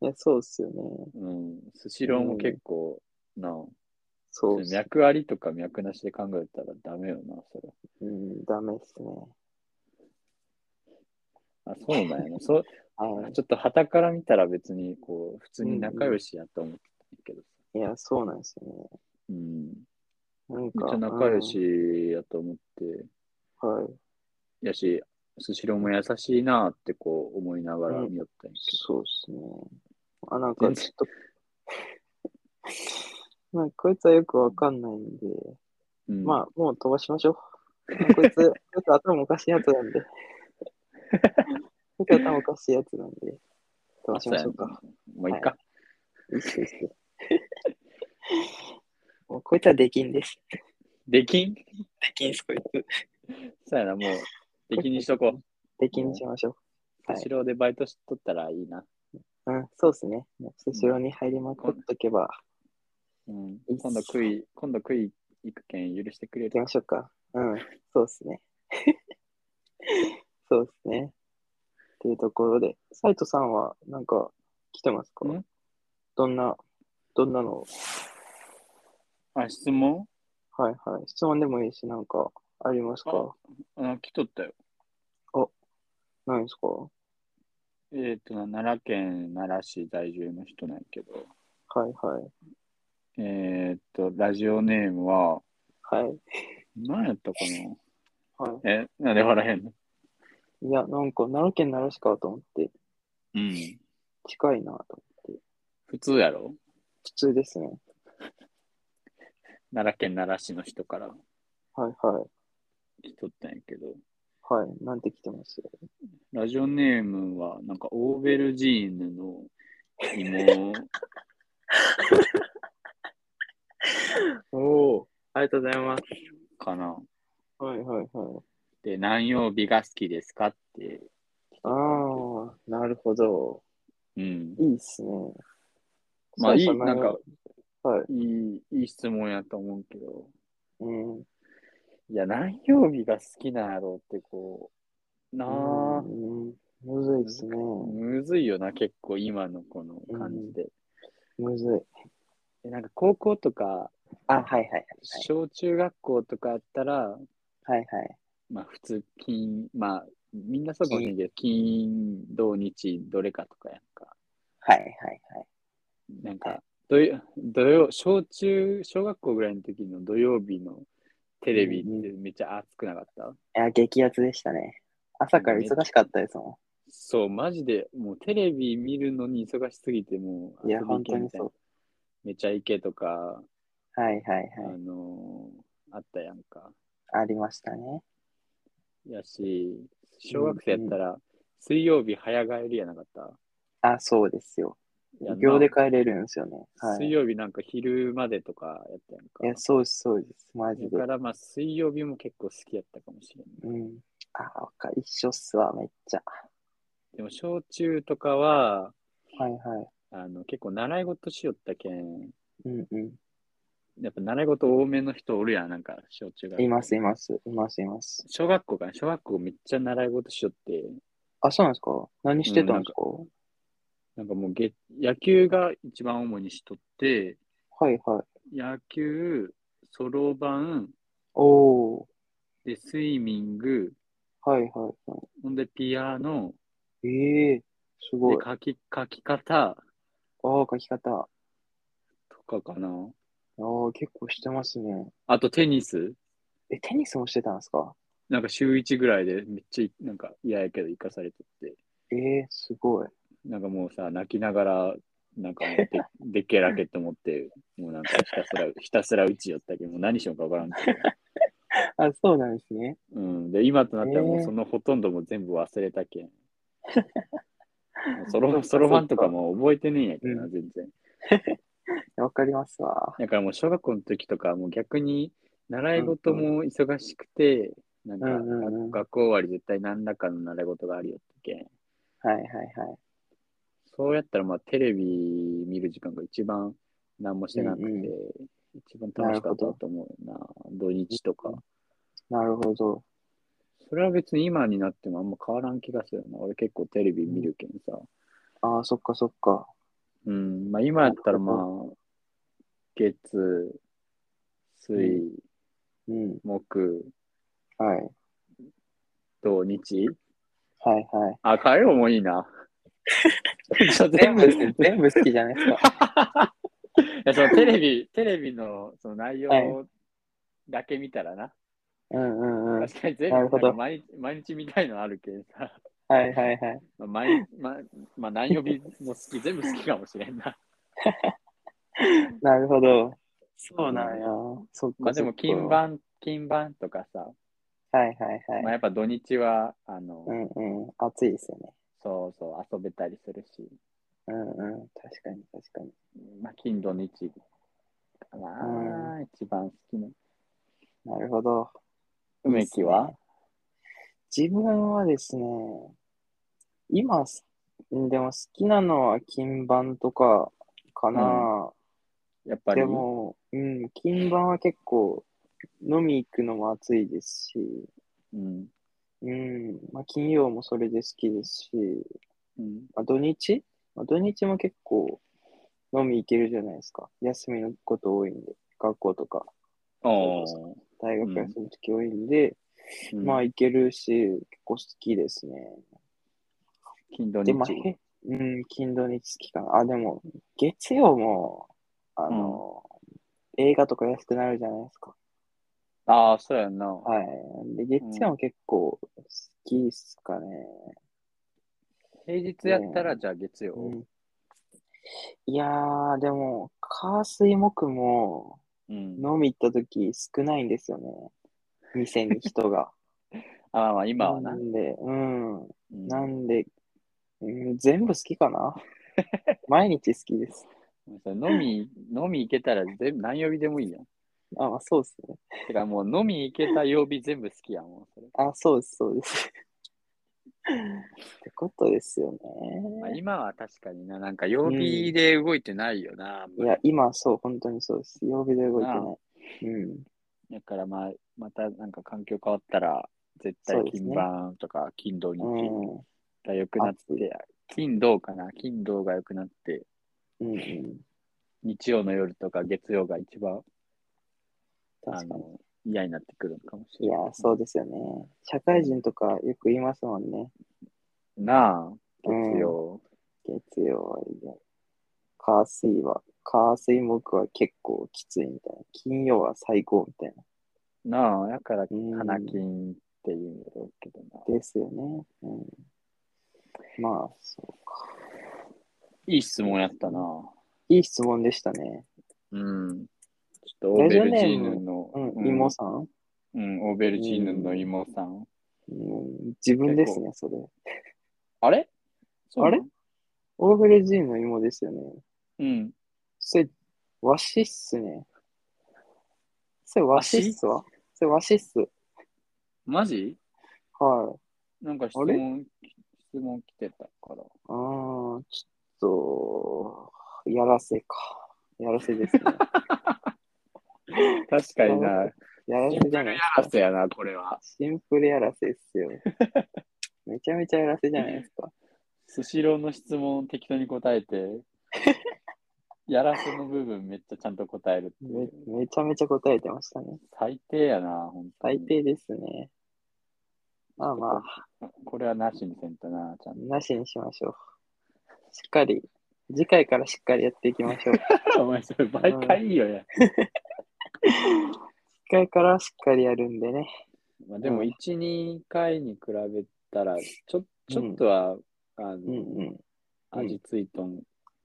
[SPEAKER 1] いや、そうっすよね。
[SPEAKER 2] うん。スシローも結構、な
[SPEAKER 1] そ
[SPEAKER 2] そう
[SPEAKER 1] っ
[SPEAKER 2] れ
[SPEAKER 1] す。
[SPEAKER 2] 脈ありとか脈なしで考えたらダメよな、それ。
[SPEAKER 1] うん、ダメっすね。
[SPEAKER 2] あ、そうなんやな。そう
[SPEAKER 1] はい
[SPEAKER 2] ちょっと旗から見たら別に、こう、普通に仲良しやと思ってたけどさ。。
[SPEAKER 1] いや、そうなんですよ
[SPEAKER 2] うん。
[SPEAKER 1] ね。なん
[SPEAKER 2] めっ
[SPEAKER 1] か。
[SPEAKER 2] ちゃ仲良しやと思って、
[SPEAKER 1] うん。はい。
[SPEAKER 2] やし、スシローも優しいなってこう思いながら見よったんやけ
[SPEAKER 1] そうっすね。あ、なんかちょっ と、なんかこいつはよくわかんないんで、
[SPEAKER 2] ど。うん、
[SPEAKER 1] まあ、もう飛ばしましょう。 こいつ、ちょっと頭おかしいやつなん で。ちょっと頭おかしいやつなんで。どうしましょうか。
[SPEAKER 2] もういっか。
[SPEAKER 1] 一緒一緒。 もうこいつはできんです。
[SPEAKER 2] できん
[SPEAKER 1] できんす、こいつ。
[SPEAKER 2] そうやな、もう、できにしとこ
[SPEAKER 1] できんにしましょ
[SPEAKER 2] う。
[SPEAKER 1] はい
[SPEAKER 2] 後ろでバイトしとったらいいな。
[SPEAKER 1] う。うん、そうですね。もうスシローに入りまくっとけば、
[SPEAKER 2] うん
[SPEAKER 1] いいっす
[SPEAKER 2] 今度食い、今度食い行くけん許してくれ
[SPEAKER 1] 行き
[SPEAKER 2] る。
[SPEAKER 1] ましょうか。うん、そうですね。 そうですね。っていうところで、斉藤さんはなんか来てますか
[SPEAKER 2] ん
[SPEAKER 1] どんな、どんなの、
[SPEAKER 2] あ、質問
[SPEAKER 1] はいはい。質問でもいいし、なんかありますか
[SPEAKER 2] あ、来とったよ。
[SPEAKER 1] ないですか
[SPEAKER 2] えっ、と、奈良県奈良市在住の人なんやけど、
[SPEAKER 1] はいはい。
[SPEAKER 2] えっ、と、ラジオネームは、
[SPEAKER 1] はい。
[SPEAKER 2] 何やったか
[SPEAKER 1] は
[SPEAKER 2] なえ、なんで笑えんの
[SPEAKER 1] い。いや、なんか奈良県奈良市かと思って、
[SPEAKER 2] うん。
[SPEAKER 1] 近いなと。
[SPEAKER 2] 普通やろ
[SPEAKER 1] 普通ですね。
[SPEAKER 2] 奈良県奈良市の人から
[SPEAKER 1] はいはい。
[SPEAKER 2] 来とったんやけど、
[SPEAKER 1] はい。なんて来てます
[SPEAKER 2] ラジオネームは、なんか、オーベルジーヌの芋、
[SPEAKER 1] お お。ありがとうございます。
[SPEAKER 2] かな。
[SPEAKER 1] はいはいはい。
[SPEAKER 2] で、何曜日が好きですかって。
[SPEAKER 1] ああ、なるほど。
[SPEAKER 2] うん。
[SPEAKER 1] いいっすね。
[SPEAKER 2] まあ、いい、
[SPEAKER 1] 最初の
[SPEAKER 2] なんか、
[SPEAKER 1] はい。
[SPEAKER 2] いい、いい質問やと思うけど、
[SPEAKER 1] うん。
[SPEAKER 2] いや、何曜日が好きなんやろうって、こう、なあ、
[SPEAKER 1] うん。むずいっすね。
[SPEAKER 2] むずいよな、結構、今のこの感じで。
[SPEAKER 1] むずい。
[SPEAKER 2] えなんか、高校とか、
[SPEAKER 1] あ、はいはいはい。
[SPEAKER 2] 小中学校とかやったら、
[SPEAKER 1] はいはい。
[SPEAKER 2] まあ、普通、金、まあ、みんなそうかもしれんけど、金、土、日、どれかとかやんか。
[SPEAKER 1] はいはいはい。
[SPEAKER 2] なんか、土曜、土曜、小中、小学校ぐらいの時の土曜日のテレビってめっちゃ熱くなかった、
[SPEAKER 1] いや、激アツでしたね。朝から忙しかったですも
[SPEAKER 2] そう、マジで、もうテレビ見るのに忙しすぎて、もう、
[SPEAKER 1] ん。いや、
[SPEAKER 2] 遊び行
[SPEAKER 1] 本
[SPEAKER 2] け
[SPEAKER 1] 当に
[SPEAKER 2] みたい
[SPEAKER 1] そ
[SPEAKER 2] な
[SPEAKER 1] う。
[SPEAKER 2] めちゃイケとか、
[SPEAKER 1] はいはいはい。
[SPEAKER 2] あのーあったやんか。
[SPEAKER 1] ありましたね。
[SPEAKER 2] やし、小学生やったら、水曜日早帰りやなかった、
[SPEAKER 1] あ、そうですよ。
[SPEAKER 2] やんな
[SPEAKER 1] 秒で帰れるんですよね。はい。
[SPEAKER 2] 水曜日なんか昼までとかやったやんか。
[SPEAKER 1] いや、そうです、そうです。マジで
[SPEAKER 2] だ。からまあ水曜日も結構好きやったかもしれない。
[SPEAKER 1] うん。あ、わかる一緒っすわ、めっちゃ。
[SPEAKER 2] でも小中とかは、
[SPEAKER 1] はいはい。
[SPEAKER 2] あの結構習い事しよったけん、
[SPEAKER 1] うんう
[SPEAKER 2] やっぱ習い事多めの人おるやん、なんか小中学
[SPEAKER 1] ん。
[SPEAKER 2] 校
[SPEAKER 1] います、います、います、います。
[SPEAKER 2] 小学校かな小学校めっちゃ習い事しよって、
[SPEAKER 1] あ、そうなんですか何してたんですか,、
[SPEAKER 2] なんかもうげ野球が一番主にしとって、
[SPEAKER 1] はいはい。
[SPEAKER 2] 野球、そろばん、
[SPEAKER 1] おー。
[SPEAKER 2] で、スイミング、
[SPEAKER 1] はいはいは
[SPEAKER 2] ほんでピアノ、
[SPEAKER 1] い。ええすご
[SPEAKER 2] で
[SPEAKER 1] い。あ
[SPEAKER 2] 書き書き
[SPEAKER 1] あ、
[SPEAKER 2] 方
[SPEAKER 1] 書き方。あ
[SPEAKER 2] とかかな。
[SPEAKER 1] あ、結構してますね。
[SPEAKER 2] あとテニス
[SPEAKER 1] え、テニスもしてたんですか
[SPEAKER 2] なんか週1ぐらいでめっちゃいなんか嫌やけど生かされてって、
[SPEAKER 1] ええすごい。
[SPEAKER 2] なんかもうさ、泣きながら、なんかもうで でっけえラケット持って、もうなんかひたすら、ひたすら打ちよったけど、もう何しようかわからんけ
[SPEAKER 1] あ、そうなんですね。
[SPEAKER 2] ど、うん。で、今となったらも
[SPEAKER 1] え
[SPEAKER 2] う
[SPEAKER 1] ー
[SPEAKER 2] そのほとんども全部忘れた けん。もうそろそろばんとかも覚えてねえんやけど
[SPEAKER 1] う
[SPEAKER 2] な、全然。
[SPEAKER 1] わかりますわ。
[SPEAKER 2] だからもう小学校の時とか、もう逆に習い事も忙しくて、なんか
[SPEAKER 1] うんうんうん
[SPEAKER 2] 学校終わり絶対何らかの習い事があるよったけん。
[SPEAKER 1] はいはいはい。
[SPEAKER 2] そうやったら、まあ、テレビ見る時間が一番何もしてなくて、
[SPEAKER 1] うんう
[SPEAKER 2] 一番楽しかったと思うよな、土日とか。
[SPEAKER 1] なるほど。
[SPEAKER 2] それは別に今になってもあんま変わらん気がするな。俺結構テレビ見るけんさ。
[SPEAKER 1] ああ、そっかそっか。
[SPEAKER 2] うん、まあ今やったらまあ
[SPEAKER 1] な、
[SPEAKER 2] 月、
[SPEAKER 1] う
[SPEAKER 2] 水、
[SPEAKER 1] うん。
[SPEAKER 2] 木、
[SPEAKER 1] はい。
[SPEAKER 2] 土、日。
[SPEAKER 1] はいはい。
[SPEAKER 2] あ、火曜もい いな。ちょ
[SPEAKER 1] 全部、
[SPEAKER 2] い
[SPEAKER 1] 全部好きじゃないですか。
[SPEAKER 2] やそのテレビ、テレビのその内
[SPEAKER 1] は
[SPEAKER 2] 容だけ見たらな。
[SPEAKER 1] うんうんうん。はい
[SPEAKER 2] 確かに全部
[SPEAKER 1] な
[SPEAKER 2] な
[SPEAKER 1] る
[SPEAKER 2] ん
[SPEAKER 1] ほど
[SPEAKER 2] か毎日毎日見たいのあるけどさ、
[SPEAKER 1] はいはい。
[SPEAKER 2] まあ毎ままあ、何曜日も好き、全部好きかもしれ んな。
[SPEAKER 1] なるほど。そう
[SPEAKER 2] なん
[SPEAKER 1] や。
[SPEAKER 2] や
[SPEAKER 1] そっか。
[SPEAKER 2] まあでも、
[SPEAKER 1] そっか
[SPEAKER 2] 金。盤、金盤とかさ、
[SPEAKER 1] はいはい
[SPEAKER 2] ま
[SPEAKER 1] は
[SPEAKER 2] あ、
[SPEAKER 1] い。
[SPEAKER 2] やっぱ土日は、あの、
[SPEAKER 1] うんうん。暑いですよね。
[SPEAKER 2] そうそう、遊べたりするし、
[SPEAKER 1] うんうん。確かに確かに。
[SPEAKER 2] まあ、金土日かな、
[SPEAKER 1] う
[SPEAKER 2] 一番好きな。
[SPEAKER 1] なるほど。
[SPEAKER 2] 梅木は
[SPEAKER 1] 自分はですね、今、すでも好きなのは金板とかかな。
[SPEAKER 2] やっぱり
[SPEAKER 1] でも、うん、金板は結構飲み行くのも暑いですし、
[SPEAKER 2] うん
[SPEAKER 1] うん、まあ、金曜もそれで好きですし、
[SPEAKER 2] うん
[SPEAKER 1] まあ、土日、まあ、土日も結構飲み行けるじゃないですか。休みのこと多いんで、学校とか
[SPEAKER 2] おー
[SPEAKER 1] 大学休み時多いんで、
[SPEAKER 2] うん
[SPEAKER 1] まあ行けるし、結構好きですね。
[SPEAKER 2] 金土
[SPEAKER 1] で、
[SPEAKER 2] 日。
[SPEAKER 1] まあ、へうん、金土日好きかな。あ、でも、月曜も、あの、映画とか安くなるじゃないですか。
[SPEAKER 2] ああ、そうやんな。
[SPEAKER 1] はい。で、月曜も結構好きっすかね。
[SPEAKER 2] 平日やったら、じゃあ月曜。
[SPEAKER 1] うん、いやー、でも、火水木も
[SPEAKER 2] うん
[SPEAKER 1] 飲み行った時少ないんですよね。店に人が。
[SPEAKER 2] あ まあまあ、今はな。
[SPEAKER 1] な
[SPEAKER 2] うん
[SPEAKER 1] んで、うん。な
[SPEAKER 2] も
[SPEAKER 1] んで、うん、全部好きか な。毎日好きです。
[SPEAKER 2] うそれ飲み、飲み行けたら全部何曜日でもいいやん。
[SPEAKER 1] あ、まあ、そうですね。
[SPEAKER 2] てかもう飲み行けた曜日全部好きやん、もうそれ。
[SPEAKER 1] あ、そうです、そうです。 ってことですよ
[SPEAKER 2] まあ、
[SPEAKER 1] ね。
[SPEAKER 2] 今は確かにな、なんか曜日で動いてないよな。
[SPEAKER 1] いや、今そう、本当にそうです。曜日で動いてない。うん。
[SPEAKER 2] だからまあ、またなんか環境変わったら、絶対
[SPEAKER 1] そうです
[SPEAKER 2] 金
[SPEAKER 1] ね
[SPEAKER 2] 盤とか金土日
[SPEAKER 1] うん。
[SPEAKER 2] が良くなって、金土かな、金土が良くなって、
[SPEAKER 1] うん、うん。
[SPEAKER 2] 日曜の夜とか月曜が一番あ
[SPEAKER 1] 確かに。
[SPEAKER 2] の嫌になってくるのかもし
[SPEAKER 1] い
[SPEAKER 2] れ
[SPEAKER 1] や
[SPEAKER 2] ない。、
[SPEAKER 1] そうですよね。社会人とかよく言いますもんね。
[SPEAKER 2] なあ、
[SPEAKER 1] うん
[SPEAKER 2] 月曜。
[SPEAKER 1] 月曜は嫌い火水は、火水木は結構きついみたいな。金曜は最高みたい
[SPEAKER 2] なあ、だから、
[SPEAKER 1] うん
[SPEAKER 2] 花金っていうんだろうけどな。
[SPEAKER 1] な。ですよね。うん。まあ、そうか。
[SPEAKER 2] いい質問やったな。
[SPEAKER 1] いい質問でしたね。
[SPEAKER 2] うん。ちょっとオーベルジーヌの、
[SPEAKER 1] うん、
[SPEAKER 2] うん
[SPEAKER 1] 妹さん、
[SPEAKER 2] うん、オーベルジーヌの妹さん。
[SPEAKER 1] うん、自分ですね、それ。
[SPEAKER 2] あれそうなの
[SPEAKER 1] あれオーベルジーヌの芋ですよね。
[SPEAKER 2] うん。
[SPEAKER 1] それ、和紙っすね。それ和紙っすわ。それ和紙っす。
[SPEAKER 2] マジ
[SPEAKER 1] はい。
[SPEAKER 2] なんか質
[SPEAKER 1] あれ
[SPEAKER 2] 問、質問来てたから。
[SPEAKER 1] あー、ちょっと、やらせか。やらせです ね。
[SPEAKER 2] 確かにな。
[SPEAKER 1] やらせじゃないですか。
[SPEAKER 2] そうやな、これは。
[SPEAKER 1] シンプルやらせっすよ。めちゃめちゃやらせじゃないですか。
[SPEAKER 2] スシローの質問適当に答え て、やらせの部分めっちゃちゃんと答えるってい
[SPEAKER 1] め
[SPEAKER 2] う。
[SPEAKER 1] めちゃめちゃ答えてましたね。
[SPEAKER 2] 最低やな、本当
[SPEAKER 1] 最
[SPEAKER 2] に。
[SPEAKER 1] 低ですね。まあまあ。
[SPEAKER 2] これはなしにせんとな、ちゃん
[SPEAKER 1] なしにしましょう。しっかり、次回からしっかりやっていきましょう。次
[SPEAKER 2] と。お 前それ毎回いいよや。
[SPEAKER 1] 回からはしっかりやるんでね。
[SPEAKER 2] まあ、でも
[SPEAKER 1] うん
[SPEAKER 2] 1、2回に比べたら、ちょちょっとは、あ
[SPEAKER 1] うんう
[SPEAKER 2] の、
[SPEAKER 1] ん。うん
[SPEAKER 2] 味ついとん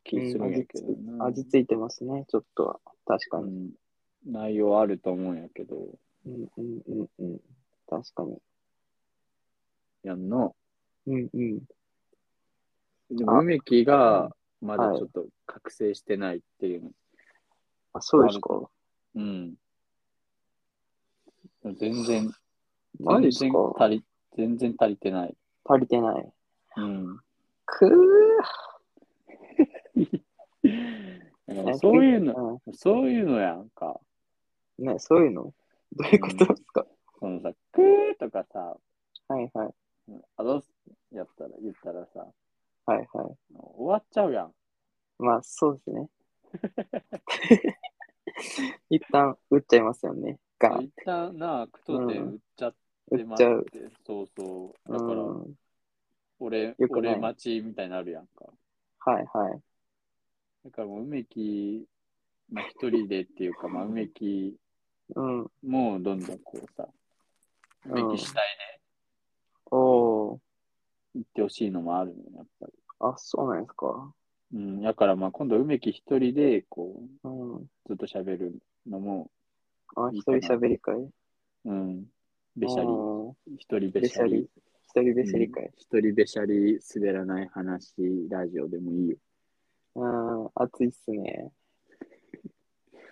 [SPEAKER 2] 気するんやけどな、
[SPEAKER 1] 味ついてますね、ちょっとは。確か
[SPEAKER 2] う
[SPEAKER 1] に。
[SPEAKER 2] ん内容あると思うんやけど、
[SPEAKER 1] うんうんうんうん。確かに。
[SPEAKER 2] やんの。
[SPEAKER 1] うんうん。
[SPEAKER 2] で
[SPEAKER 1] あ
[SPEAKER 2] も、梅木がまだ
[SPEAKER 1] はい
[SPEAKER 2] ちょっと覚醒してないっていうの。
[SPEAKER 1] あ、そうですか。
[SPEAKER 2] うん。全然、
[SPEAKER 1] マジ
[SPEAKER 2] 全
[SPEAKER 1] っす
[SPEAKER 2] 然
[SPEAKER 1] か
[SPEAKER 2] 足り、全然足りてない。
[SPEAKER 1] 足りてない。
[SPEAKER 2] うん。
[SPEAKER 1] くー
[SPEAKER 2] だからそういうの、
[SPEAKER 1] の、
[SPEAKER 2] そういうのやんか。
[SPEAKER 1] うんね、そういうのどういうことですか、
[SPEAKER 2] そのさ、クーとかさ、
[SPEAKER 1] はいはい。
[SPEAKER 2] あのやったら、言ったらさ、
[SPEAKER 1] はいはい。
[SPEAKER 2] 終わっちゃうやん。
[SPEAKER 1] まあ、そうですね。一旦打っちゃいますよね。ガン。
[SPEAKER 2] 一旦なあ、クトで
[SPEAKER 1] うん
[SPEAKER 2] 売っちゃっ
[SPEAKER 1] 打
[SPEAKER 2] て
[SPEAKER 1] っ
[SPEAKER 2] まっ
[SPEAKER 1] ちゃ
[SPEAKER 2] て、
[SPEAKER 1] う。
[SPEAKER 2] そうそう。
[SPEAKER 1] う
[SPEAKER 2] だから、
[SPEAKER 1] ん。
[SPEAKER 2] 俺、
[SPEAKER 1] よくない
[SPEAKER 2] 俺待ちみたいになるやんか。
[SPEAKER 1] はいはい。
[SPEAKER 2] だからもう梅木、まあ、一人でって いうか、まあ、梅木
[SPEAKER 1] うん。
[SPEAKER 2] もどんどんこうさ、
[SPEAKER 1] う
[SPEAKER 2] 梅
[SPEAKER 1] ん
[SPEAKER 2] 木主体
[SPEAKER 1] おお
[SPEAKER 2] で行ってほしいのもあるのよ、やっぱり。
[SPEAKER 1] ー。あ、そうなんですか。
[SPEAKER 2] うん、だからまあ今度梅木一人でこう、
[SPEAKER 1] うん。
[SPEAKER 2] ずっと喋るのも、
[SPEAKER 1] あ、
[SPEAKER 2] いい
[SPEAKER 1] 一
[SPEAKER 2] か
[SPEAKER 1] 人
[SPEAKER 2] な
[SPEAKER 1] 喋り会。
[SPEAKER 2] うん、べしゃり
[SPEAKER 1] う
[SPEAKER 2] 一人べしゃり。
[SPEAKER 1] 一人べしゃり会。
[SPEAKER 2] 一人べしゃり滑らない話ラジオでもいいよ。
[SPEAKER 1] うん、暑いっすね。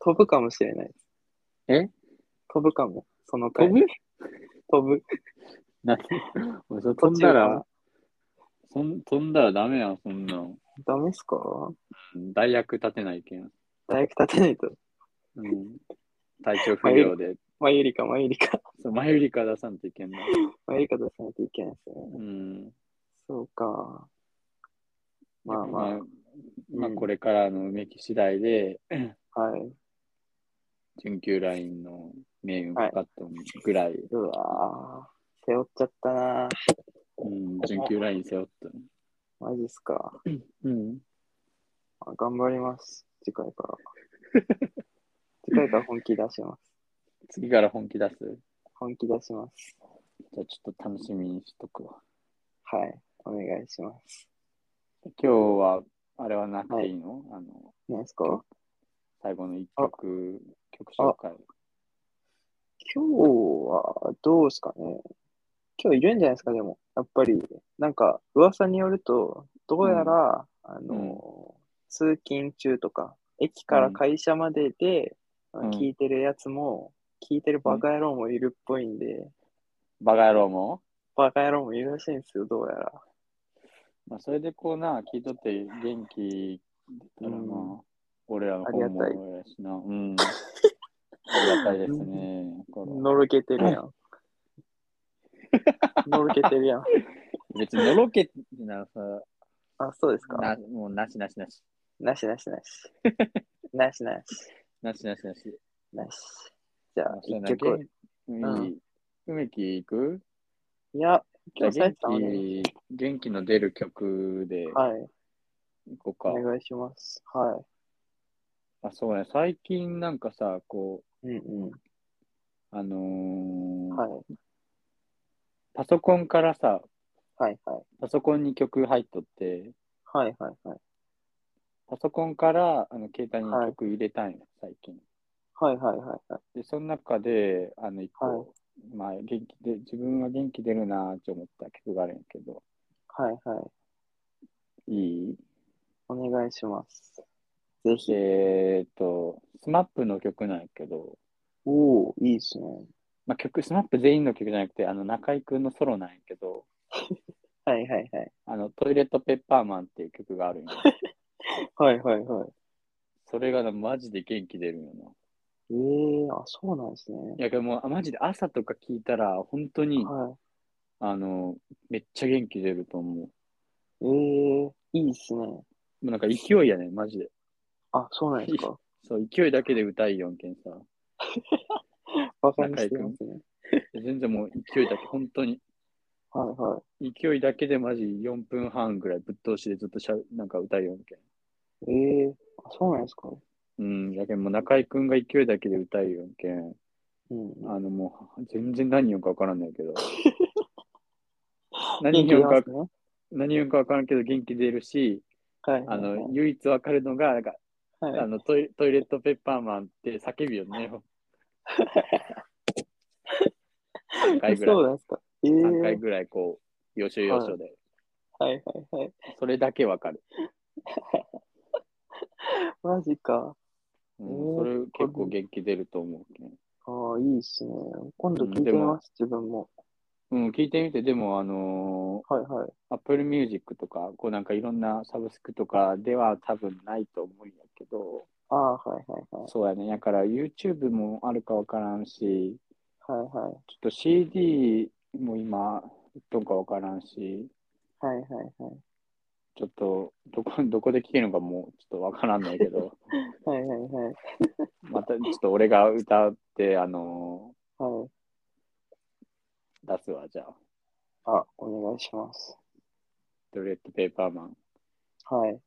[SPEAKER 1] 飛ぶかもしれない。
[SPEAKER 2] え
[SPEAKER 1] 飛ぶかも。その回
[SPEAKER 2] 飛ぶ
[SPEAKER 1] 飛ぶ。
[SPEAKER 2] なおい それ飛んだら、そん飛んだらダメやん、そんなん。
[SPEAKER 1] ダメっすか
[SPEAKER 2] 大役立てないけん。
[SPEAKER 1] 大学立てないと。
[SPEAKER 2] うん、体調不良 で、
[SPEAKER 1] マユリか、マユリか。
[SPEAKER 2] そう前売りから出さんといけんな。
[SPEAKER 1] マユリか出さないといけないですよね。
[SPEAKER 2] うん。
[SPEAKER 1] そうか。まあま
[SPEAKER 2] まあ、まあ
[SPEAKER 1] うん
[SPEAKER 2] これからの梅木次第で、
[SPEAKER 1] あ、はい。
[SPEAKER 2] 準急ラインの命運かかってもぐらい、
[SPEAKER 1] うわぁ、背負っちゃったなぁ
[SPEAKER 2] うん、準急ライン背負った。
[SPEAKER 1] マジっすか。
[SPEAKER 2] うん。
[SPEAKER 1] あ頑張ります。次回から。 次回から本気出します。
[SPEAKER 2] 次から本気出す。
[SPEAKER 1] 本気出します。
[SPEAKER 2] じゃあちょっと楽しみにしとくわ。
[SPEAKER 1] はい。お願いします。
[SPEAKER 2] 今日は、あれはなくていいの、あの、
[SPEAKER 1] 何ですか
[SPEAKER 2] 最後の一曲、曲紹介。
[SPEAKER 1] 今日はどうですかね今日いるんじゃないですかでも、やっぱり、なんか、噂によると、どうやら、あの、通勤中とか、駅から会社までで、
[SPEAKER 2] ん
[SPEAKER 1] 聞いてるやつも、聞いてるバカ野郎もいるっぽいんで、
[SPEAKER 2] バカ野郎も
[SPEAKER 1] バカ野郎もいるらしいんですよ、どうやら。
[SPEAKER 2] まあ、それでこうな、聞いとって元気出たらまあ、
[SPEAKER 1] う
[SPEAKER 2] 俺らの方も
[SPEAKER 1] ありがたい
[SPEAKER 2] 俺ら しな。うん。ありがたいですね。これ
[SPEAKER 1] のろけてるやん。 のろけてるやん。
[SPEAKER 2] 別にのろけなさ、
[SPEAKER 1] あ、そうですか。
[SPEAKER 2] なもうなしなしなし。
[SPEAKER 1] なしなしなし。 なしなし。
[SPEAKER 2] なしなしなし。
[SPEAKER 1] なし。じゃあ
[SPEAKER 2] まあ、それ
[SPEAKER 1] 一
[SPEAKER 2] な
[SPEAKER 1] 曲。
[SPEAKER 2] 元気梅木行く
[SPEAKER 1] いや、
[SPEAKER 2] じ
[SPEAKER 1] 今
[SPEAKER 2] ゃあ
[SPEAKER 1] 日さやさんお願い
[SPEAKER 2] 元気、元気の出る曲で
[SPEAKER 1] はい。
[SPEAKER 2] 行こうか。
[SPEAKER 1] お願いします。は
[SPEAKER 2] あ、そうね。最近なんかさ、こ
[SPEAKER 1] い。うんうん。
[SPEAKER 2] う、あのー
[SPEAKER 1] はい。
[SPEAKER 2] パソコンからさ、
[SPEAKER 1] はいはい。
[SPEAKER 2] パソコンに曲入っとって、
[SPEAKER 1] はいはいはい。
[SPEAKER 2] パソコンからあの携帯に曲入れたんよ、最近。
[SPEAKER 1] はいはいはいはい。
[SPEAKER 2] で、その中で、あの、一個、
[SPEAKER 1] は
[SPEAKER 2] まあ、元気で、自分は元気出るなって思った曲があるんやけど、
[SPEAKER 1] はいはい。
[SPEAKER 2] いい
[SPEAKER 1] お願いします。ぜひ。
[SPEAKER 2] えーっと、スマップの曲なんやけど、
[SPEAKER 1] おおいいですね。
[SPEAKER 2] まあ、曲、スマップ全員の曲じゃなくて、あの、中居くんのソロなんやけど、
[SPEAKER 1] はいはいはい。
[SPEAKER 2] あの、トイレットペッパーマンっていう曲があ るんよ。
[SPEAKER 1] はいはいはい。
[SPEAKER 2] それがなマジで元気出るんよな。
[SPEAKER 1] ええあ、そうなんですね。
[SPEAKER 2] いや、けどもう、あマジで朝とか聞いたら、本当に、
[SPEAKER 1] は
[SPEAKER 2] あの、めっちゃ元気出ると思う。も
[SPEAKER 1] い。ええいいですね。
[SPEAKER 2] うなんか勢いやね、マジで。
[SPEAKER 1] あ、そうなんですか。
[SPEAKER 2] そう、勢いだけで歌いよんけんさ。
[SPEAKER 1] バカにしてますね。
[SPEAKER 2] 全然もう勢いだけ、本当に。
[SPEAKER 1] はいはい。
[SPEAKER 2] 勢いだけでマジ4分半ぐらいぶっ通しでずっとしゃなんか歌いよんけん。
[SPEAKER 1] ええあ、そうなんですか。
[SPEAKER 2] うん、やけんもう中居くんが勢いだけで歌いよんけん。
[SPEAKER 1] うん。
[SPEAKER 2] あのもう全然何言うんかわからんね んけど。
[SPEAKER 1] 元
[SPEAKER 2] 何
[SPEAKER 1] 気
[SPEAKER 2] 言う
[SPEAKER 1] 出ま
[SPEAKER 2] んか
[SPEAKER 1] すね。
[SPEAKER 2] 何言うんかわからんけど元気出るし、
[SPEAKER 1] はいは
[SPEAKER 2] あ
[SPEAKER 1] いはい。
[SPEAKER 2] の、唯一わかるのが、なんか、
[SPEAKER 1] はい
[SPEAKER 2] あのトイレトイレットペッパーマンって叫びよね。3回ぐら
[SPEAKER 1] そ
[SPEAKER 2] い、
[SPEAKER 1] うなんですか。ええ
[SPEAKER 2] 3回ぐらいこう、要所要所で。
[SPEAKER 1] はいはいはい。
[SPEAKER 2] それだけわかる。
[SPEAKER 1] マジか。
[SPEAKER 2] う
[SPEAKER 1] お
[SPEAKER 2] ん、
[SPEAKER 1] ー
[SPEAKER 2] それ結構元気出ると思う、ね。
[SPEAKER 1] ああ、いいっすね。今度聞いてみます、自分も。
[SPEAKER 2] うん、聞いてみて、でも、あの
[SPEAKER 1] はいはい。
[SPEAKER 2] ー、Apple Music とか、こうなんかいろんなサブスクとかでは多分ないと思うんやけど、
[SPEAKER 1] ああ、はいはいはい。
[SPEAKER 2] そうやね。だから YouTube もあるかわからんし、
[SPEAKER 1] はいはい。
[SPEAKER 2] ちょっと CD も今、どうかわからんし、
[SPEAKER 1] はいはいはい。
[SPEAKER 2] ちょっと、どこ、 どこで聴けるのかもうちょっとわからんないけど、
[SPEAKER 1] はいはいはい。
[SPEAKER 2] またちょっと俺が歌って、あの
[SPEAKER 1] はい。
[SPEAKER 2] ー出すわ、じゃあ。
[SPEAKER 1] あ、お願いします。
[SPEAKER 2] トイレットペーパーマン。
[SPEAKER 1] はい。